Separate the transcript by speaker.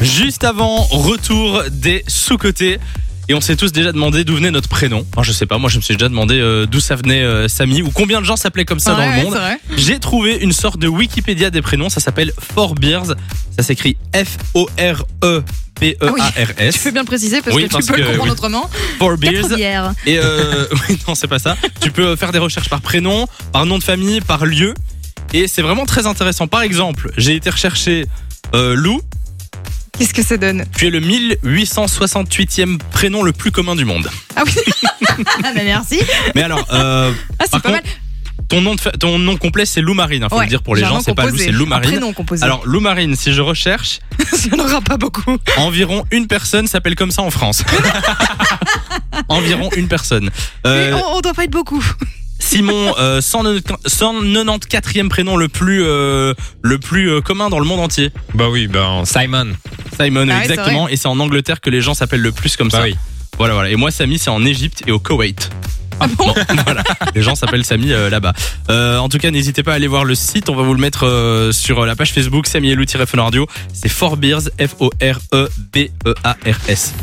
Speaker 1: Juste avant, retour des sous-côtés. Et on s'est tous déjà demandé d'où venait notre prénom. Enfin, je sais pas, moi je me suis déjà demandé euh, d'où ça venait euh, Samy ou combien de gens s'appelaient comme ça dans
Speaker 2: Ouais,
Speaker 1: le
Speaker 2: ouais,
Speaker 1: monde.
Speaker 2: c'est vrai.
Speaker 1: J'ai trouvé une sorte de Wikipédia des prénoms, ça s'appelle Four Beers. Ça s'écrit E F-O-R-E-B-E-A-R-S.
Speaker 2: Tu peux bien le préciser parce
Speaker 1: Oui,
Speaker 2: que
Speaker 1: parce
Speaker 2: tu peux
Speaker 1: que-
Speaker 2: le comprendre
Speaker 1: oui.
Speaker 2: autrement.
Speaker 1: Four
Speaker 3: Quatre
Speaker 1: Beers.
Speaker 3: bières.
Speaker 1: Et euh, oui, non, c'est pas ça. Tu peux faire des recherches par prénom, par nom de famille, par lieu. Et c'est vraiment très intéressant. Par exemple, j'ai été rechercher euh, Lou.
Speaker 2: Qu'est-ce que ça donne
Speaker 1: Tu es le 1868e prénom le plus commun du monde.
Speaker 2: Ah oui,
Speaker 3: Ah bah merci.
Speaker 1: Mais alors, euh,
Speaker 2: ah, c'est
Speaker 1: Par
Speaker 2: pas mal.
Speaker 1: ton, nom de fa- ton nom complet, c'est Lou Marine. hein, faut
Speaker 2: Ouais,
Speaker 1: le dire pour les
Speaker 2: j'ai un
Speaker 1: gens,
Speaker 2: nom
Speaker 1: c'est pas Lou,
Speaker 2: composé,
Speaker 1: c'est Lou
Speaker 2: un
Speaker 1: Marine.
Speaker 2: prénom composé.
Speaker 1: Alors, Euh, Lou Marine, si je recherche,
Speaker 2: il n'y en aura pas beaucoup.
Speaker 1: environ une personne s'appelle comme ça en France. environ une personne. Euh,
Speaker 2: Mais on, on doit pas être beaucoup.
Speaker 1: Simon, euh, 194e prénom le plus, euh, le plus euh, commun dans le monde entier.
Speaker 4: Bah oui, ben Simon.
Speaker 1: Simon,
Speaker 2: Ah ouais, c'est
Speaker 1: exactement. et c'est en Angleterre que les gens s'appellent le plus comme
Speaker 4: Bah
Speaker 1: ça.
Speaker 4: oui.
Speaker 1: Voilà, voilà. Et moi, Samy, c'est en Égypte et au Koweït.
Speaker 2: Ah bon
Speaker 1: voilà. Les gens s'appellent Samy euh, là-bas. Euh, en tout cas, n'hésitez pas à aller voir le site. On va vous le mettre euh, sur euh, E la page Facebook Samy et Lou-Fun Radio. C'est Forbeers, F-O-R-E-B-E-A-R-S.